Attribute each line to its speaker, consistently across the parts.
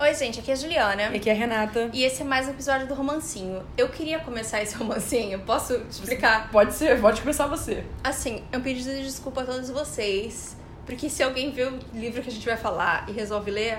Speaker 1: Oi, gente, aqui é a Juliana.
Speaker 2: E aqui é a Renata.
Speaker 1: E esse é mais um episódio do Romancinho. Eu queria começar esse romancinho, posso te explicar?
Speaker 2: Pode ser, pode começar você.
Speaker 1: Assim, eu pedi desculpa a todos vocês, porque se alguém vê o livro que a gente vai falar e resolve ler,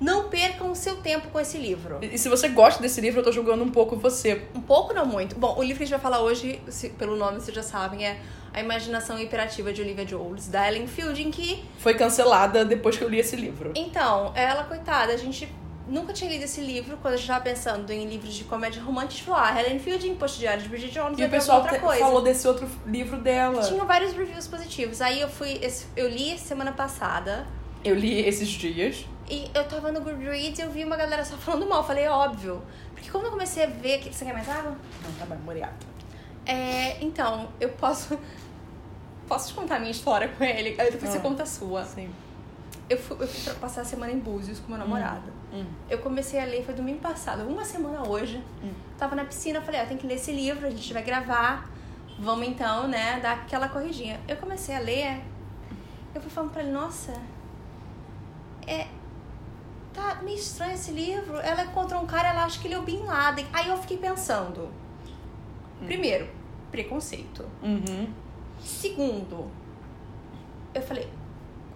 Speaker 1: não percam o seu tempo com esse livro.
Speaker 2: E e se você gosta desse livro, eu tô julgando um pouco você.
Speaker 1: Um pouco, não muito. Bom, o livro que a gente vai falar hoje, se- pelo nome vocês já sabem, é A Imaginação Imperativa de Olivia Jones, da Ellen Fielding, que
Speaker 2: Foi cancelada depois que eu li esse livro.
Speaker 1: Então, ela, coitada, a gente nunca tinha lido esse livro quando a gente tava pensando em livros de comédia romântica. Tipo, ah, Helen Fielding, Post Diário de Bridget Jones,
Speaker 2: E
Speaker 1: vai
Speaker 2: o
Speaker 1: ter
Speaker 2: pessoal
Speaker 1: alguma
Speaker 2: te-
Speaker 1: outra coisa.
Speaker 2: falou desse outro livro dela.
Speaker 1: Tinham vários reviews positivos. Aí eu fui, esse- eu li semana passada.
Speaker 2: Eu li esses dias.
Speaker 1: E eu tava no Goodreads e eu vi uma galera só falando mal. Eu falei, é óbvio. Porque quando eu comecei a ver... que- Você quer mais água?
Speaker 2: Não, tá bem, Moriato.
Speaker 1: É, então, eu posso... Posso te contar a minha história com ele? Aí depois você
Speaker 2: Ah.
Speaker 1: conta a sua.
Speaker 2: Sim.
Speaker 1: Eu fui, eu fui pra- passar a semana em Búzios com meu namorado.
Speaker 2: Hum.
Speaker 1: Eu comecei a ler, foi domingo passado, uma semana hoje.
Speaker 2: Hum.
Speaker 1: Tava na piscina, falei, ó, tem que ler esse livro, a gente vai gravar. Vamos então, né, dar aquela corridinha. Eu comecei a ler, eu fui falando pra ele, nossa, é. Tá meio estranho esse livro. Ela encontrou um cara, ela acha que ele é o Bin Laden. Aí eu fiquei pensando. Primeiro, preconceito.
Speaker 2: Uhum.
Speaker 1: Segundo, eu falei,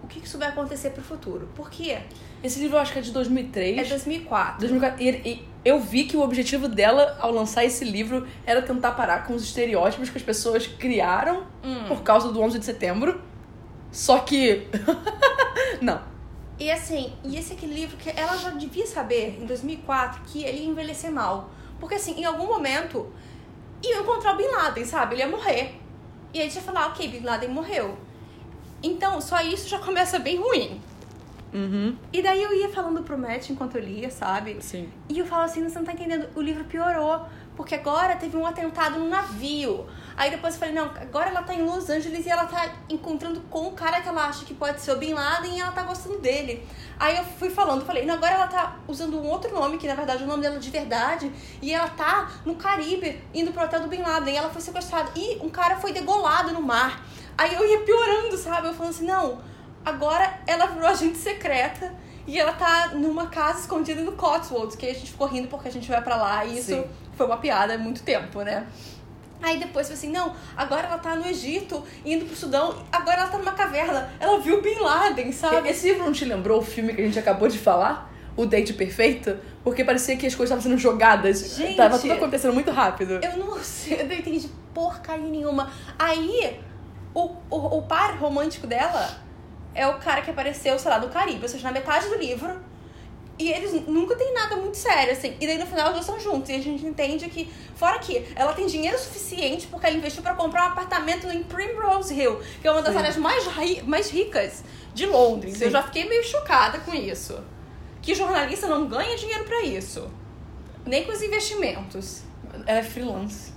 Speaker 1: o que que isso vai acontecer pro futuro? Por quê?
Speaker 2: Esse livro eu acho que é de 2003.
Speaker 1: É 2004.
Speaker 2: 2004. E, e eu vi que o objetivo dela ao lançar esse livro era tentar parar com os estereótipos que as pessoas criaram por causa do 11 de setembro. Só que. não.
Speaker 1: E assim, e esse é aquele livro que ela já devia saber em 2004 que ele ia envelhecer mal. Porque assim, em algum momento ia encontrar o Bin Laden, sabe? Ele ia morrer. E aí a gente ia falar, ok, Bin Laden morreu. Então, só isso já começa bem ruim.
Speaker 2: Uhum.
Speaker 1: E daí eu ia falando pro Matt enquanto eu lia, sabe?
Speaker 2: Sim.
Speaker 1: E eu falo assim, você não tá entendendo, o livro piorou. Porque agora teve um atentado num navio. Aí depois eu falei, não, agora ela tá em Los Angeles e ela tá encontrando com o cara que ela acha que pode ser o Bin Laden e ela tá gostando dele. Aí eu fui falando, falei, não, agora ela tá usando um outro nome, que na verdade é o nome dela de verdade, e ela tá no Caribe, indo pro hotel do Bin Laden, e ela foi sequestrada. E um cara foi degolado no mar. Aí eu ia piorando, sabe? Eu falando assim, não, agora ela virou agente secreta. E ela tá numa casa escondida no Cotswolds, que a gente ficou rindo porque a gente vai pra lá e isso
Speaker 2: Sim.
Speaker 1: foi uma piada há muito tempo, né? Aí depois foi assim, não, agora ela tá no Egito, indo pro Sudão, agora ela tá numa caverna, ela viu Bin Laden, sabe?
Speaker 2: Esse livro não te lembrou o filme que a gente acabou de falar? O Date Perfeito? Porque parecia que as coisas estavam sendo jogadas.
Speaker 1: Gente!
Speaker 2: Tava tudo acontecendo muito rápido.
Speaker 1: Eu não sei, eu não entendi porcaria nenhuma. Aí, o, o, o par romântico dela é o cara que apareceu, sei lá, do Caribe, ou seja, na metade do livro. E eles nunca tem nada muito sério, assim. E daí no final os dois são juntos. E a gente entende que, fora que ela tem dinheiro suficiente porque ela investiu pra comprar um apartamento em Primrose Hill, que é uma das
Speaker 2: Sim.
Speaker 1: áreas mais, ri- mais ricas de Londres.
Speaker 2: Sim.
Speaker 1: Eu já fiquei meio chocada com isso. Que jornalista não ganha dinheiro pra isso. Nem com os investimentos
Speaker 2: Ela é freelance.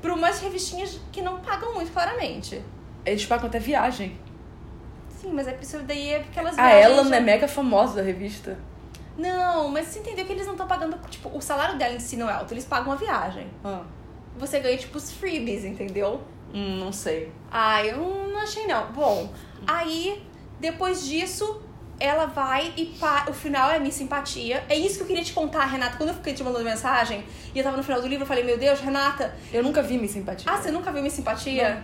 Speaker 1: para umas revistinhas que não pagam muito claramente.
Speaker 2: Eles pagam até tipo, viagem.
Speaker 1: Sim, mas é isso daí é porque elas
Speaker 2: A
Speaker 1: viajam
Speaker 2: Ellen
Speaker 1: já-
Speaker 2: é mega famosa da revista.
Speaker 1: Não, mas você entendeu que eles não estão pagando, tipo, o salário dela em si não é alto, eles pagam a viagem.
Speaker 2: Ah.
Speaker 1: Você ganha, tipo, os freebies, entendeu?
Speaker 2: Hum, não sei.
Speaker 1: Ah, eu não achei não. Bom, aí, depois disso, ela vai e pa... o final é a minha simpatia. É isso que eu queria te contar, Renata. Quando eu fiquei te mandando mensagem e eu tava no final do livro, eu falei, meu Deus, Renata,
Speaker 2: Eu nunca vi Miss Simpatia.
Speaker 1: Ah, você nunca viu Miss Simpatia?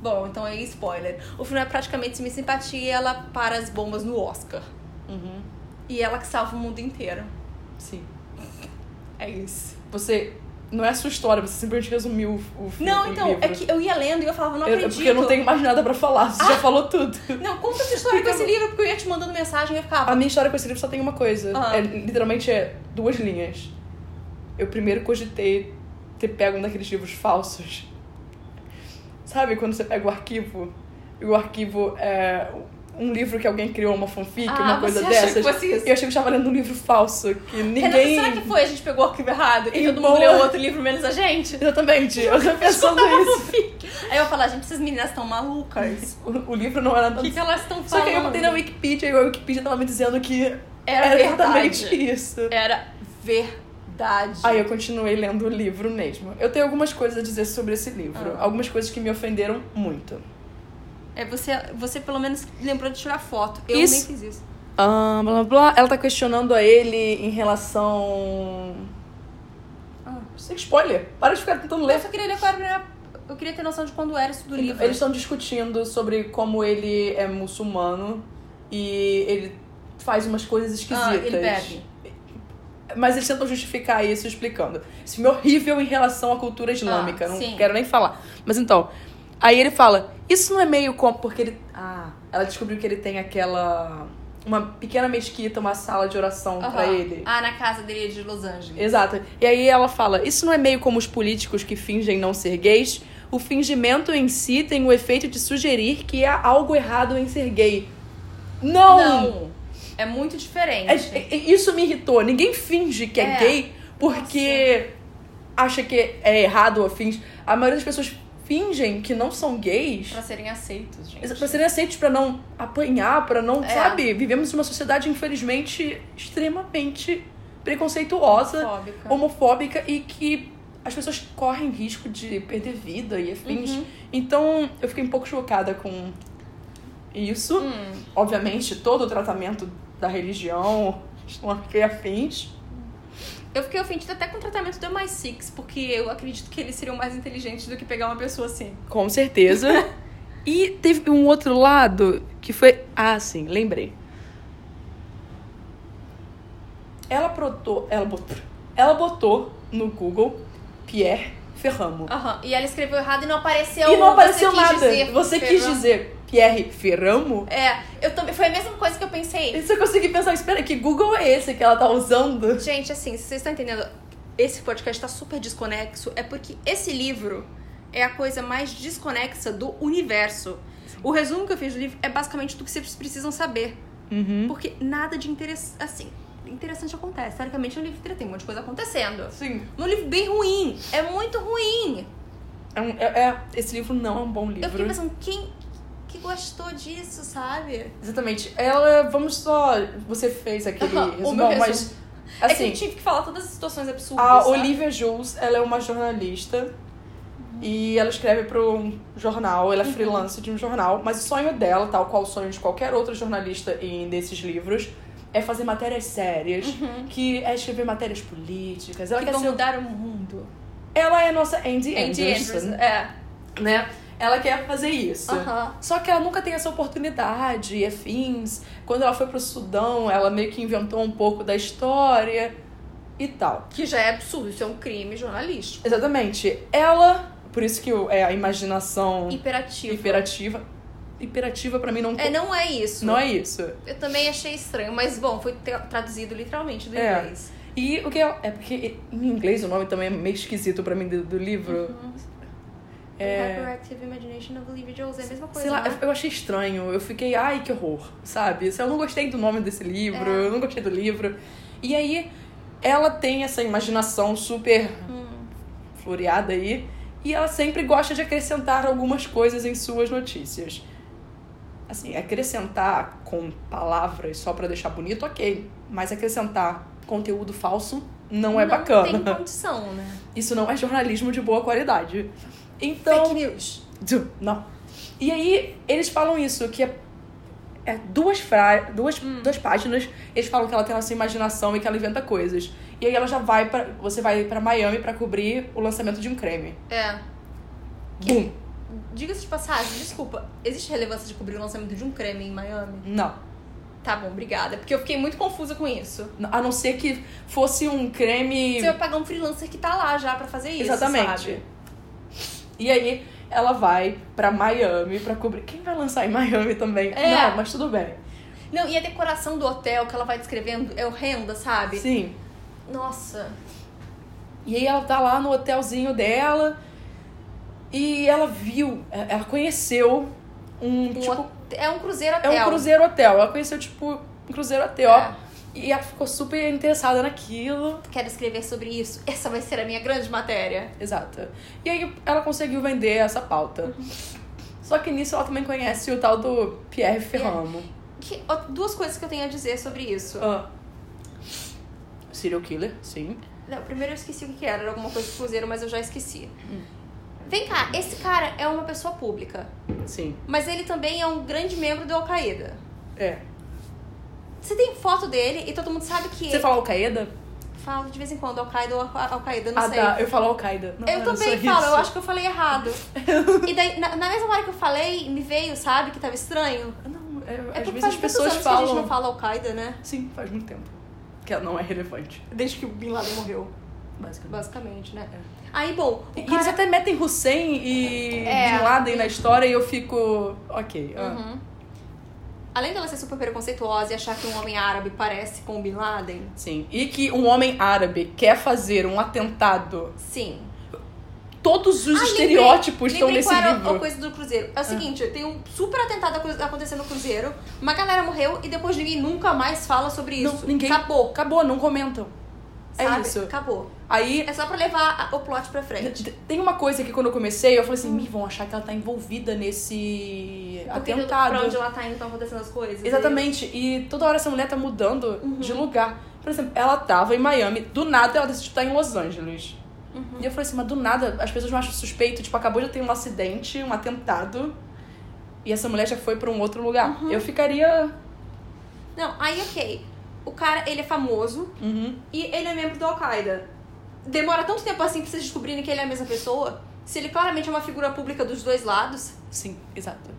Speaker 1: Bom, então é spoiler. O filme é praticamente Miss Simpatia e ela para as bombas no Oscar.
Speaker 2: Uhum.
Speaker 1: E ela que salva o mundo inteiro.
Speaker 2: Sim.
Speaker 1: É isso.
Speaker 2: Você. Não é a sua história, você simplesmente resumiu o, o filme.
Speaker 1: Não, então,
Speaker 2: livro.
Speaker 1: é que eu ia lendo e eu falava, não
Speaker 2: Eu- é
Speaker 1: acredito. Ah.
Speaker 2: porque eu não tenho mais nada pra falar, você já falou tudo.
Speaker 1: Não, conta essa história com esse livro, porque eu ia te mandando mensagem e eu ficava.
Speaker 2: A minha história com esse livro só tem uma coisa.
Speaker 1: Ah.
Speaker 2: É, literalmente é duas linhas. Eu primeiro cogitei ter pego um daqueles livros falsos. Sabe quando você pega o arquivo? E o arquivo é um livro que alguém criou, uma fanfic,
Speaker 1: Ah,
Speaker 2: uma coisa
Speaker 1: você achou
Speaker 2: dessas.
Speaker 1: que fosse isso?
Speaker 2: E eu achei que eu estava lendo um livro falso, que
Speaker 1: Renata,
Speaker 2: ninguém.
Speaker 1: será que foi? A gente pegou o arquivo errado e
Speaker 2: Em
Speaker 1: todo mundo
Speaker 2: boa.
Speaker 1: leu outro livro menos a gente?
Speaker 2: Exatamente, eu tô pensando isso.
Speaker 1: Aí eu falava, gente, essas meninas estão malucas.
Speaker 2: O, o livro não era
Speaker 1: O
Speaker 2: nada.
Speaker 1: que, que elas estão falando?
Speaker 2: Só que aí eu botei na Wikipedia e a Wikipedia tava me dizendo que
Speaker 1: Era,
Speaker 2: exatamente
Speaker 1: verdade.
Speaker 2: isso.
Speaker 1: Era verdade.
Speaker 2: Aí eu continuei lendo o livro mesmo. Eu tenho algumas coisas a dizer sobre esse livro.
Speaker 1: Ah.
Speaker 2: Algumas coisas que me ofenderam muito.
Speaker 1: É, você, você pelo menos lembrou de tirar foto. Eu
Speaker 2: Isso.
Speaker 1: nem fiz isso.
Speaker 2: Ah, blá, blá, blá. Ela tá questionando a ele em relação. Ah, sem spoiler. Para de ficar tentando
Speaker 1: Eu
Speaker 2: ler.
Speaker 1: só queria ler qual era a primeira... Eu queria ter noção de quando era isso do livro.
Speaker 2: Eles estão discutindo sobre como ele é muçulmano e ele faz umas coisas
Speaker 1: Ah,
Speaker 2: esquisitas.
Speaker 1: ele bebe.
Speaker 2: Mas eles tentam justificar isso explicando. Esse filme é horrível em relação à cultura islâmica.
Speaker 1: Ah,
Speaker 2: não
Speaker 1: sim.
Speaker 2: quero nem falar. Mas então, aí ele fala: Isso não é meio como. Porque ele. Ah, ela descobriu que ele tem aquela. Uma pequena mesquita, uma sala de oração pra
Speaker 1: Aham.
Speaker 2: ele.
Speaker 1: Ah, na casa dele de Los Angeles.
Speaker 2: Exato. E aí ela fala: Isso não é meio como os políticos que fingem não ser gays? O fingimento em si tem o efeito de sugerir que há algo errado em ser gay. Não!
Speaker 1: Não. É muito diferente.
Speaker 2: É- é- é- isso me irritou. Ninguém finge que é,
Speaker 1: É.
Speaker 2: gay porque acha que é errado ou finge. A maioria das pessoas fingem que não são gays
Speaker 1: Pra serem aceitos, gente.
Speaker 2: pra serem aceitos, pra não apanhar, pra não.
Speaker 1: É.
Speaker 2: Sabe? Vivemos uma sociedade, infelizmente, extremamente preconceituosa
Speaker 1: É Fóbica.
Speaker 2: Tá. um- homofóbica e que as pessoas correm risco de perder vida e afins.
Speaker 1: Uhum.
Speaker 2: Então, eu fiquei um pouco chocada com isso.
Speaker 1: Hum.
Speaker 2: Obviamente, todo o tratamento da religião islâmica e é afins.
Speaker 1: Eu fiquei ofendida até com o tratamento do MI6, porque eu acredito que eles seriam mais inteligentes do que pegar uma pessoa assim.
Speaker 2: Com certeza. e teve um outro lado que foi. Ah, sim, lembrei. Ela botou. Ela botou, ela botou no Google Pierre Ferramo.
Speaker 1: Aham. E ela escreveu errado e não apareceu
Speaker 2: e não
Speaker 1: Então, você
Speaker 2: apareceu
Speaker 1: quis
Speaker 2: nada.
Speaker 1: dizer,
Speaker 2: você
Speaker 1: Fernando.
Speaker 2: quis dizer Pierre Ferramo?
Speaker 1: É, eu também. Foi a mesma coisa que eu pensei.
Speaker 2: E você conseguiu pensar, espera, que Google é esse que ela tá usando?
Speaker 1: Gente, assim, se vocês estão entendendo, esse podcast tá super desconexo, é porque esse livro é a coisa mais desconexa do universo. O resumo que eu fiz do livro é basicamente tudo que vocês precisam saber.
Speaker 2: Uhum.
Speaker 1: Porque nada de interessante. Assim, interessante acontece. Teoricamente, no livro inteiro tem um monte de coisa acontecendo.
Speaker 2: Sim.
Speaker 1: Num livro bem ruim. É muito ruim.
Speaker 2: É um- é- é- esse livro não é um bom
Speaker 1: Eu fiquei
Speaker 2: livro.
Speaker 1: pensando, quem que gostou disso, sabe?
Speaker 2: Exatamente. Ela, vamos só. Você fez aquele
Speaker 1: Aham, o
Speaker 2: resumão,
Speaker 1: meu
Speaker 2: mas.
Speaker 1: é que
Speaker 2: Assim,
Speaker 1: eu tive que falar todas as situações absurdas.
Speaker 2: a
Speaker 1: sabe?
Speaker 2: Olivia Jules, ela é uma jornalista. E ela escreve para um jornal,
Speaker 1: Uhum.
Speaker 2: ela é freelance de um jornal, mas o sonho dela, tal qual o sonho de qualquer outra jornalista em desses livros, é fazer matérias sérias, que é escrever matérias políticas. Ela
Speaker 1: Uhum. que
Speaker 2: quer
Speaker 1: vão
Speaker 2: ser
Speaker 1: mudar o mundo.
Speaker 2: Ela é a nossa Andy,
Speaker 1: Andy
Speaker 2: Anderson,
Speaker 1: Anderson. É.
Speaker 2: né? Ela quer fazer isso.
Speaker 1: Aham.
Speaker 2: Só que ela nunca tem essa oportunidade, e afins. Quando ela foi pro Sudão, ela meio que inventou um pouco da história e tal.
Speaker 1: Que já é absurdo, isso é um crime jornalístico.
Speaker 2: Exatamente. Ela, por isso que o- é a imaginação
Speaker 1: Hiperativo.
Speaker 2: hiperativa. Hiperativa pra mim não
Speaker 1: É, não é isso.
Speaker 2: não é isso.
Speaker 1: Eu também achei estranho, mas bom, foi tra- traduzido literalmente do
Speaker 2: É.
Speaker 1: inglês.
Speaker 2: E o que é, é porque em inglês o nome também é meio esquisito pra mim do, do livro.
Speaker 1: É. Hyperactive Imagination of Olivia Jones. É a mesma coisa.
Speaker 2: Sei lá,
Speaker 1: né?
Speaker 2: eu- eu achei estranho. Eu fiquei, ai, que horror, sabe? Eu não gostei do nome desse livro,
Speaker 1: É.
Speaker 2: eu não gostei do livro. E aí, ela tem essa imaginação super
Speaker 1: Hum.
Speaker 2: floreada aí, e ela sempre gosta de acrescentar algumas coisas em suas notícias. Assim, acrescentar com palavras só pra deixar bonito, ok. Mas acrescentar conteúdo falso não é bacana.
Speaker 1: Não tem condição, né?
Speaker 2: Isso não é jornalismo de boa qualidade. Então.
Speaker 1: Fake news.
Speaker 2: Du- Não. E aí, eles falam isso, que é, é duas, fra... duas,
Speaker 1: Hum.
Speaker 2: duas páginas, eles falam que ela tem essa imaginação e que ela inventa coisas. E aí ela já vai para Você vai pra Miami pra cobrir o lançamento de um creme.
Speaker 1: É.
Speaker 2: Bum!
Speaker 1: Diga-se de passagem, desculpa, existe relevância de cobrir o lançamento de um creme em Miami?
Speaker 2: Não.
Speaker 1: Tá bom, obrigada, porque eu fiquei muito confusa com isso.
Speaker 2: A não ser que fosse um creme.
Speaker 1: Você vai pagar um freelancer que tá lá já pra fazer isso,
Speaker 2: Exatamente.
Speaker 1: sabe?
Speaker 2: E aí ela vai pra Miami pra cobrir. Quem vai lançar em Miami também?
Speaker 1: É.
Speaker 2: Não, mas tudo bem.
Speaker 1: Não, e a decoração do hotel que ela vai descrevendo é horrenda, sabe?
Speaker 2: Sim.
Speaker 1: Nossa.
Speaker 2: E aí ela tá lá no hotelzinho dela e ela viu, é- ela conheceu um,
Speaker 1: Um
Speaker 2: tipo.
Speaker 1: hote- É um cruzeiro
Speaker 2: É
Speaker 1: hotel.
Speaker 2: um cruzeiro hotel. Ela conheceu, tipo, um cruzeiro hotel.
Speaker 1: É.
Speaker 2: E ela ficou super interessada naquilo.
Speaker 1: Quero escrever sobre isso. Essa vai ser a minha grande matéria.
Speaker 2: Exato. E aí ela conseguiu vender essa pauta.
Speaker 1: Uhum.
Speaker 2: Só que nisso ela também conhece o tal do Pierre Ferramo.
Speaker 1: Que- ó, duas coisas que eu tenho a dizer sobre isso.
Speaker 2: Ah. Serial killer, sim.
Speaker 1: Não, primeiro eu esqueci o que que era, era alguma coisa de cruzeiro, mas eu já esqueci.
Speaker 2: Hum.
Speaker 1: Vem cá, esse cara é uma pessoa pública,
Speaker 2: Sim.
Speaker 1: é mas ele também é um grande membro do Al-Qaeda.
Speaker 2: É.
Speaker 1: Você tem foto dele e todo mundo sabe que
Speaker 2: Você
Speaker 1: ele.
Speaker 2: fala Al-Qaeda?
Speaker 1: Falo de vez em quando, Al-Qaeda ou Al- Al-Qaeda, não
Speaker 2: Ah,
Speaker 1: sei.
Speaker 2: tá. Eu falo Al-Qaeda. Não,
Speaker 1: Eu
Speaker 2: era
Speaker 1: também
Speaker 2: só
Speaker 1: falo,
Speaker 2: isso.
Speaker 1: eu acho que eu falei errado. e daí, na, na mesma hora que eu falei, me veio, sabe, que tava estranho.
Speaker 2: Não, é,
Speaker 1: É
Speaker 2: às
Speaker 1: porque
Speaker 2: vezes as
Speaker 1: faz muitos
Speaker 2: pessoas
Speaker 1: anos que a gente
Speaker 2: falam.
Speaker 1: não fala Al-Qaeda, né?
Speaker 2: Sim, faz muito tempo. Que ela não é relevante,
Speaker 1: Desde que o Bin Laden morreu.
Speaker 2: basicamente.
Speaker 1: Basicamente, né? Aí, bom,
Speaker 2: E
Speaker 1: o
Speaker 2: eles
Speaker 1: cara...
Speaker 2: até metem Hussein e
Speaker 1: É.
Speaker 2: Bin Laden na história e eu fico. Ok. ah.
Speaker 1: Uhum. Além dela ser super preconceituosa e achar que um homem árabe parece com o Bin Laden,
Speaker 2: Sim. E que um homem árabe quer fazer um atentado.
Speaker 1: sim.
Speaker 2: Todos os
Speaker 1: Ah,
Speaker 2: estereótipos
Speaker 1: lembrei, lembrei
Speaker 2: estão
Speaker 1: qual
Speaker 2: nesse
Speaker 1: era
Speaker 2: livro.
Speaker 1: a coisa do Cruzeiro. É o seguinte, tem um super atentado acru- acontecendo no Cruzeiro, uma galera morreu e depois ninguém nunca mais fala sobre
Speaker 2: Não,
Speaker 1: isso.
Speaker 2: ninguém-
Speaker 1: Acabou.
Speaker 2: Acabou, não comentam. É
Speaker 1: Sabe?
Speaker 2: isso.
Speaker 1: Acabou.
Speaker 2: Aí
Speaker 1: É só pra levar a- o plot pra frente.
Speaker 2: T- Tem uma coisa que quando eu comecei, eu falei assim, me vão achar que ela tá envolvida nesse
Speaker 1: Hum. Porque
Speaker 2: atentado.
Speaker 1: Pra onde ela tá indo, estão acontecendo as coisas.
Speaker 2: Exatamente. E toda hora essa mulher tá mudando
Speaker 1: Uhum.
Speaker 2: de lugar. Por exemplo, ela tava em Miami, do nada ela decidiu estar em Los Angeles.
Speaker 1: Uhum.
Speaker 2: E eu falei assim, mas do nada as pessoas não acham suspeito, tipo, acabou de ter um acidente, um atentado. E essa mulher já foi pra um outro lugar.
Speaker 1: Uhum.
Speaker 2: Eu ficaria.
Speaker 1: E- Não, aí ok. O cara, ele é famoso
Speaker 2: Uhum.
Speaker 1: e ele é membro do Al-Qaeda. Demora tanto tempo assim pra vocês descobrirem que ele é a mesma pessoa. Se ele claramente é uma figura pública dos dois lados.
Speaker 2: Sim, exato.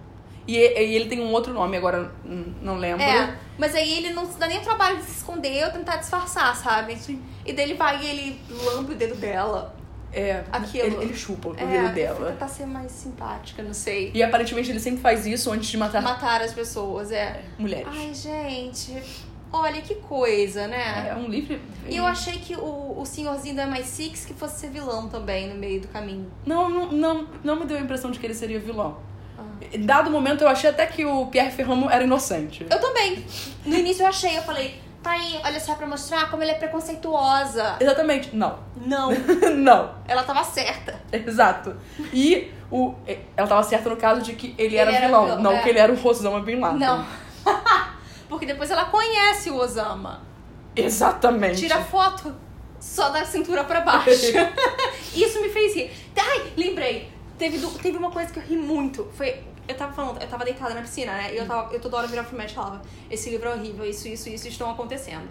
Speaker 2: E, e ele tem um outro nome agora, hum, não lembro.
Speaker 1: É. Mas aí ele não se dá nem o trabalho de se esconder ou tentar disfarçar, sabe?
Speaker 2: Sim.
Speaker 1: E daí ele vai e ele lambe o dedo dela.
Speaker 2: É,
Speaker 1: Aquilo.
Speaker 2: Ele, ele chupa o
Speaker 1: É,
Speaker 2: cabelo dela.
Speaker 1: Tentar ser mais simpática, não sei.
Speaker 2: E aparentemente ele sempre faz isso antes de matar
Speaker 1: Matar as pessoas, é.
Speaker 2: mulheres.
Speaker 1: Ai, gente. Olha que coisa, né?
Speaker 2: é um livro.
Speaker 1: E eu achei que o, o senhorzinho do MI6 que fosse ser vilão também no meio do caminho.
Speaker 2: Não, não, não, não me deu a impressão de que ele seria vilão.
Speaker 1: Ah.
Speaker 2: Dado o momento, eu achei até que o Pierre Ferramo era inocente.
Speaker 1: Eu também. No início eu achei, eu falei, tá aí, olha só pra mostrar como ela é preconceituosa.
Speaker 2: Exatamente. Não.
Speaker 1: Não,
Speaker 2: não.
Speaker 1: ela tava certa.
Speaker 2: Exato. E o, ela tava certa no caso de que ele,
Speaker 1: Ele
Speaker 2: era,
Speaker 1: era
Speaker 2: vilão.
Speaker 1: vilão,
Speaker 2: não
Speaker 1: é.
Speaker 2: que ele era o Osama Bin Laden.
Speaker 1: Não. Porque depois ela conhece o Osama.
Speaker 2: Exatamente.
Speaker 1: Tira foto só da cintura pra baixo. Isso me fez rir. Ai, lembrei. Teve, do- teve uma coisa que eu ri muito. Foi. Eu tava falando, eu tava deitada na piscina, né? E eu, tava, eu toda hora virava pro médico e falava: Esse livro é horrível, isso, isso, isso estão acontecendo.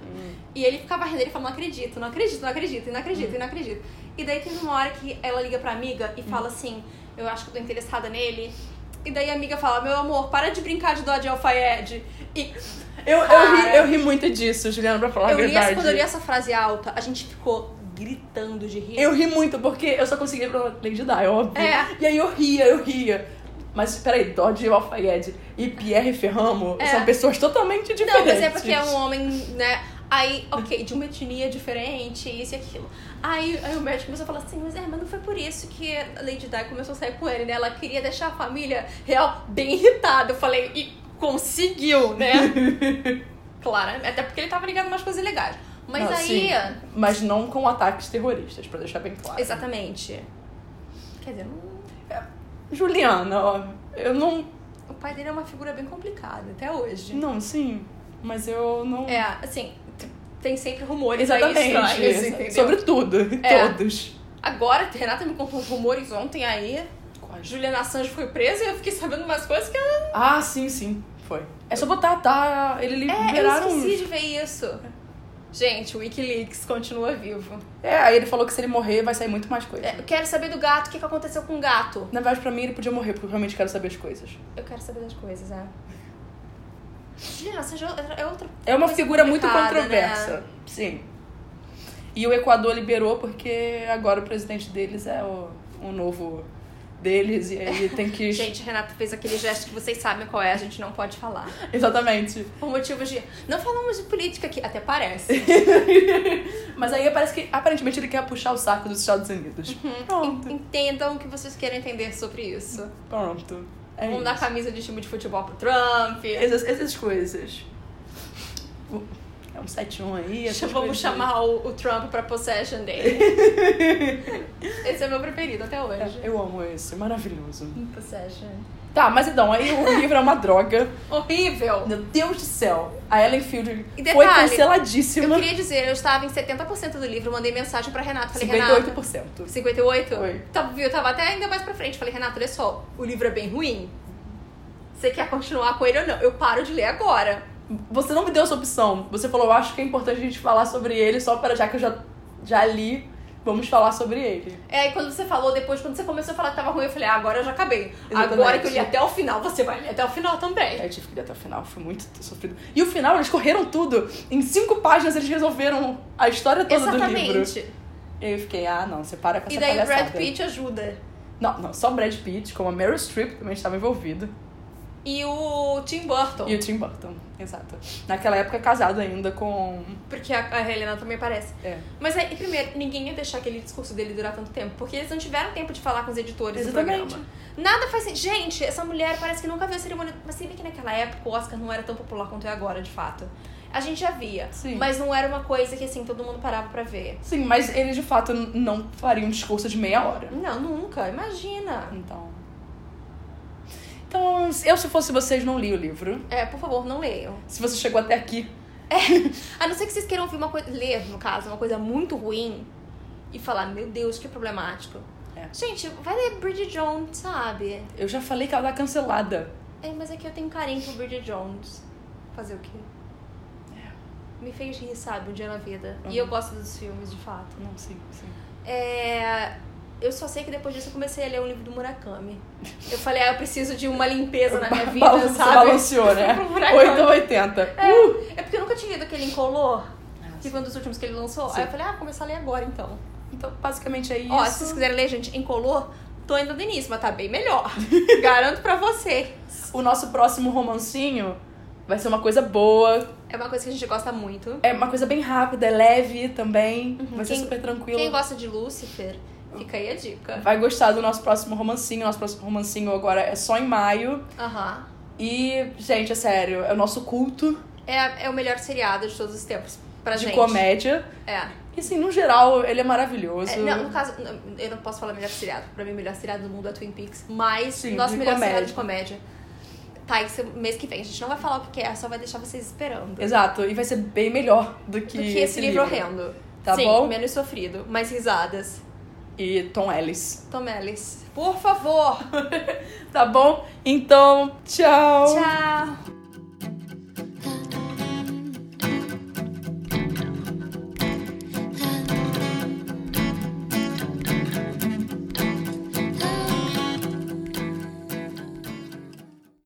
Speaker 1: E ele ficava rindo, ele falava: Não acredito, não acredito, não acredito, não acredito, não acredito. E daí teve uma hora que ela liga pra amiga e fala assim: Eu acho que eu tô interessada nele. E daí a amiga fala: Meu amor, para de brincar de Dodge Alfaed. E
Speaker 2: Eu, eu,
Speaker 1: Cara.
Speaker 2: ri, eu ri muito disso, Juliana, pra falar a
Speaker 1: eu assim. li essa,
Speaker 2: É verdade.
Speaker 1: quando eu li essa frase alta, a gente ficou gritando de rir.
Speaker 2: Eu ri muito porque eu só consegui ir pra Lady Di, óbvio.
Speaker 1: É.
Speaker 2: E aí eu ria, eu ria. Mas peraí, Dodge Alfayed e Pierre Ferramo
Speaker 1: É.
Speaker 2: são pessoas totalmente
Speaker 1: Não,
Speaker 2: diferentes.
Speaker 1: mas é porque é um homem, né? Aí, ok, de uma etnia diferente, isso e aquilo. Aí, aí o médico começou a falar assim, mas é, mas não foi por isso que a Lady Di começou a sair com ele, né? Ela queria deixar a família real bem irritada. Eu falei, e conseguiu, né? claro, até porque ele tava ligado em umas coisas legais. Mas
Speaker 2: Não,
Speaker 1: aí.
Speaker 2: Ah, sim, mas não com ataques terroristas, pra deixar bem claro.
Speaker 1: Exatamente. Quer dizer, não-
Speaker 2: Juliana, ó, eu não.
Speaker 1: o pai dele é uma figura bem complicada até hoje.
Speaker 2: Não, sim. Mas eu não.
Speaker 1: É, assim, t- tem sempre rumores aí estranhos,
Speaker 2: Exatamente.
Speaker 1: é entendeu?
Speaker 2: Sobre tudo,
Speaker 1: É.
Speaker 2: todos.
Speaker 1: Agora, a Renata me contou uns rumores ontem aí. Juliana Assange foi presa e eu fiquei sabendo umas coisas que eu
Speaker 2: Ah, sim, sim. Foi. É só botar, tá? Ele
Speaker 1: É, eu
Speaker 2: liberaram.
Speaker 1: esqueci de ver isso. Gente, o Wikileaks continua vivo.
Speaker 2: É, aí ele falou que se ele morrer vai sair muito mais coisa.
Speaker 1: É, eu quero saber do gato, o que, que aconteceu com o gato.
Speaker 2: Na verdade, pra mim, ele podia morrer, porque eu realmente quero saber as coisas.
Speaker 1: Eu quero saber das coisas, é. Juliana Assange é outra- é outra.
Speaker 2: É uma
Speaker 1: coisa
Speaker 2: figura muito
Speaker 1: complicada,
Speaker 2: controversa.
Speaker 1: né?
Speaker 2: Sim. E o Equador liberou porque agora o presidente deles é o, o novo deles e aí tem que.
Speaker 1: Gente, a Renata fez aquele gesto que vocês sabem qual é, a gente não pode falar.
Speaker 2: Exatamente.
Speaker 1: Por motivos de. Não falamos de política aqui, até parece.
Speaker 2: Mas aí parece que aparentemente ele quer puxar o saco dos Estados Unidos.
Speaker 1: Uhum.
Speaker 2: Pronto.
Speaker 1: Entendam o que vocês querem entender sobre isso.
Speaker 2: Pronto. É
Speaker 1: Vamos
Speaker 2: isso.
Speaker 1: dar camisa de time de futebol pro Trump.
Speaker 2: Essas, essas coisas. O- É um 7-1 aí. essas
Speaker 1: Vamos
Speaker 2: coisas.
Speaker 1: chamar o, o Trump pra possession dele. Esse é meu preferido até hoje.
Speaker 2: É, Eu amo esse, maravilhoso.
Speaker 1: Possession.
Speaker 2: Tá, mas então, aí o livro é uma droga.
Speaker 1: Horrível!
Speaker 2: Meu Deus do céu. A Ellen Field
Speaker 1: E
Speaker 2: foi
Speaker 1: detalhe, Eu
Speaker 2: canceladíssima.
Speaker 1: queria dizer, eu estava em 70% do livro, mandei mensagem pra Renata. Falei, Renata.
Speaker 2: 58%.
Speaker 1: 58?
Speaker 2: Oi.
Speaker 1: Tá, viu? Eu tava até ainda mais pra frente. Falei, Renata, olha só, o livro é bem ruim. Você quer continuar com ele ou não? Eu paro de ler agora.
Speaker 2: Você não me deu essa opção. Você falou, eu acho que é importante a gente falar sobre ele só para já que eu já, já li, vamos falar sobre ele.
Speaker 1: É, aí quando você falou depois, quando você começou a falar que tava ruim, eu falei, ah, agora eu já acabei.
Speaker 2: Exatamente.
Speaker 1: Agora que eu li até o final, você vai ler até o final também.
Speaker 2: Aí eu tive que ir até o final, foi muito sofrido. E o final, eles correram tudo. Em cinco páginas eles resolveram a história toda do livro.
Speaker 1: Exatamente.
Speaker 2: E aí eu fiquei, ah, não, você para com
Speaker 1: E
Speaker 2: essa
Speaker 1: daí o Brad
Speaker 2: palhaçada.
Speaker 1: Pitt ajuda.
Speaker 2: Não, não, só Brad Pitt, como a Meryl Streep também estava envolvida.
Speaker 1: E o Tim Burton.
Speaker 2: E o Tim Burton, exato. Naquela época casado ainda com.
Speaker 1: Porque a, a Helena também aparece.
Speaker 2: É.
Speaker 1: Mas aí, primeiro, ninguém ia deixar aquele discurso dele durar tanto tempo, porque eles não tiveram tempo de falar com os editores
Speaker 2: Exatamente.
Speaker 1: do programa. Nada faz sentido. Gente, essa mulher parece que nunca viu a cerimônia. Mas se bem que naquela época o Oscar não era tão popular quanto é agora, de fato. A gente já via.
Speaker 2: Sim.
Speaker 1: Mas não era uma coisa que assim, todo mundo parava pra ver.
Speaker 2: Sim, mas ele de fato não faria um discurso de meia hora.
Speaker 1: Não, nunca. Imagina.
Speaker 2: Então. Então, eu se fosse vocês, não li o livro.
Speaker 1: É, por favor, não leiam.
Speaker 2: Se você chegou até aqui,
Speaker 1: A não ser que vocês queiram ouvir uma coisa. ler, no caso, uma coisa muito ruim e falar, meu Deus, que problemático.
Speaker 2: É.
Speaker 1: Gente, vai ler Bridget Jones, sabe?
Speaker 2: eu já falei que ela tá cancelada.
Speaker 1: É, mas é que eu tenho carinho pro Bridget Jones. Fazer o quê? Me fez rir, sabe, um dia na vida.
Speaker 2: É. Uhum.
Speaker 1: E eu gosto dos filmes, de fato.
Speaker 2: Não, sim, sim.
Speaker 1: É, Eu só sei que depois disso eu comecei a ler o livro do Murakami. Eu falei, ah, eu preciso de uma limpeza na minha vida,
Speaker 2: Balan-
Speaker 1: sabe?
Speaker 2: Balanceou, né?
Speaker 1: Pro Murakami.
Speaker 2: 8 ou 80.
Speaker 1: É,
Speaker 2: Uh!
Speaker 1: é porque eu nunca tinha lido aquele incolor, que
Speaker 2: Nossa.
Speaker 1: foi um dos últimos que ele lançou.
Speaker 2: Sim.
Speaker 1: Aí eu falei, ah, vou começar a ler agora então.
Speaker 2: Então, basicamente é isso.
Speaker 1: Ó, se vocês quiserem ler, gente, incolor, tô ainda no início, mas tá bem melhor. Garanto pra você.
Speaker 2: O nosso próximo romancinho vai ser uma coisa boa.
Speaker 1: É uma coisa que a gente gosta muito.
Speaker 2: É uma coisa bem rápida, é leve também. vai ser
Speaker 1: Uhum. Quem-
Speaker 2: super tranquilo.
Speaker 1: Quem gosta de Lúcifer, fica aí a dica.
Speaker 2: Vai gostar do nosso próximo romancinho. Nosso próximo romancinho agora é só em maio.
Speaker 1: Aham.
Speaker 2: E, gente, é sério, é o nosso culto
Speaker 1: É, é o melhor seriado de todos os tempos pra
Speaker 2: de
Speaker 1: gente.
Speaker 2: comédia.
Speaker 1: É.
Speaker 2: E assim, no geral, ele é maravilhoso.
Speaker 1: É, não, no caso, não, eu não posso falar melhor seriado. Pra mim, o melhor seriado do mundo é Twin Peaks. Mas
Speaker 2: Sim,
Speaker 1: nosso
Speaker 2: de
Speaker 1: melhor
Speaker 2: comédia.
Speaker 1: seriado de comédia. Tá, esse mês que vem. A gente não vai falar o que que é, só vai deixar vocês esperando.
Speaker 2: Exato. E vai ser bem melhor do que,
Speaker 1: Do que esse livro horrendo.
Speaker 2: Tá
Speaker 1: Sim,
Speaker 2: bom?
Speaker 1: menos sofrido, mais risadas.
Speaker 2: E Tom Ellis.
Speaker 1: Tomelis, por favor.
Speaker 2: Tá bom? Então, tchau.
Speaker 1: Tchau.